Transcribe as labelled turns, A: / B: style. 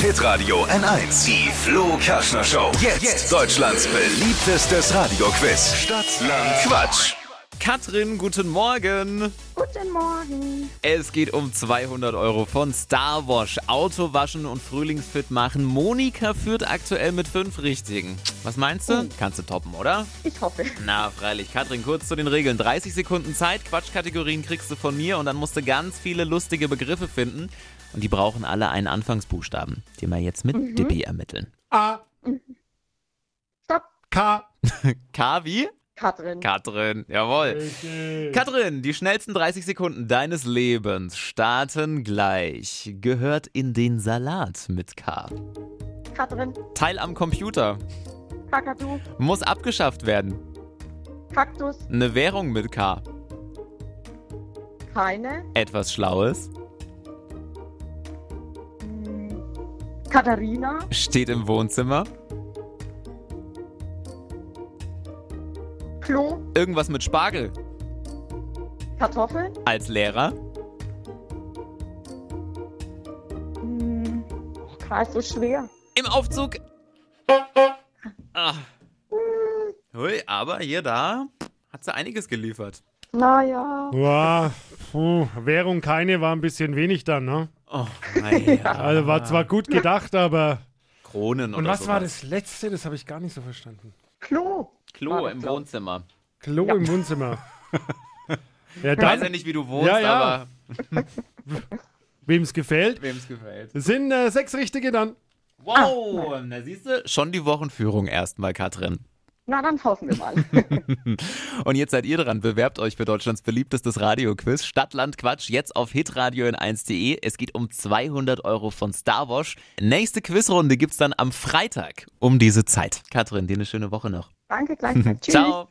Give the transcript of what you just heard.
A: Hitradio N1. Die Flo Kaschner Show. Jetzt, Deutschlands beliebtestes Radioquiz. Stadt, Land, Quatsch.
B: Katrin, guten Morgen.
C: Guten Morgen.
B: Es geht um 200 Euro von Star Wash. Auto waschen und frühlingsfit machen. Monika führt aktuell mit fünf Richtigen. Was meinst du? Kannst du toppen, oder?
C: Ich hoffe.
B: Na, freilich. Katrin, kurz zu den Regeln. 30 Sekunden Zeit, Quatschkategorien kriegst du von mir und dann musst du ganz viele lustige Begriffe finden. Und die brauchen alle einen Anfangsbuchstaben, den wir jetzt mit Dippy ermitteln.
D: A,
C: Stopp,
D: K.
B: K wie?
C: Katrin.
B: Katrin, jawohl. Katrin, die schnellsten 30 Sekunden deines Lebens starten gleich. Gehört in den Salat mit K.
C: Katrin.
B: Teil am Computer.
C: Kakadu.
B: Muss abgeschafft werden.
C: Kaktus.
B: Eine Währung mit K.
C: Keine.
B: Etwas Schlaues.
C: Katharina.
B: Steht im Wohnzimmer.
C: Klo.
B: Irgendwas mit Spargel.
C: Kartoffel.
B: Als Lehrer.
C: K ist Oh, so schwer.
B: Im Aufzug. Ah. Hui, aber hier da hat sie einiges geliefert.
C: Naja.
D: Wow. Puh, Währung keine war ein bisschen wenig dann, ne?
B: Oh, naja.
D: Also war zwar gut gedacht, aber.
B: Kronen
D: Und
B: oder
D: was war
B: sowas.
D: das letzte? Das habe ich gar nicht so verstanden.
C: Klo. War
B: Klo
C: das,
B: im
C: glaub ich.
B: Wohnzimmer.
D: Klo im Wohnzimmer. ja,
B: Ich weiß ja also-
D: dann,
B: nicht, wie du wohnst,
D: Ja, ja.
B: aber
D: wem es gefällt,
B: wem es gefällt.
D: sind äh, sechs richtige dann.
B: Wow, na siehst du, schon die Wochenführung erstmal, Katrin.
C: Na, dann hoffen wir mal.
B: Und jetzt seid ihr dran, bewerbt euch für Deutschlands beliebtestes Radioquiz Stadtland Quatsch jetzt auf hitradio in 1.de. Es geht um 200 Euro von Starwash. Nächste Quizrunde gibt's dann am Freitag um diese Zeit. Katrin, dir eine schöne Woche noch.
C: Danke, gleichfalls. Tschüss.
B: Ciao.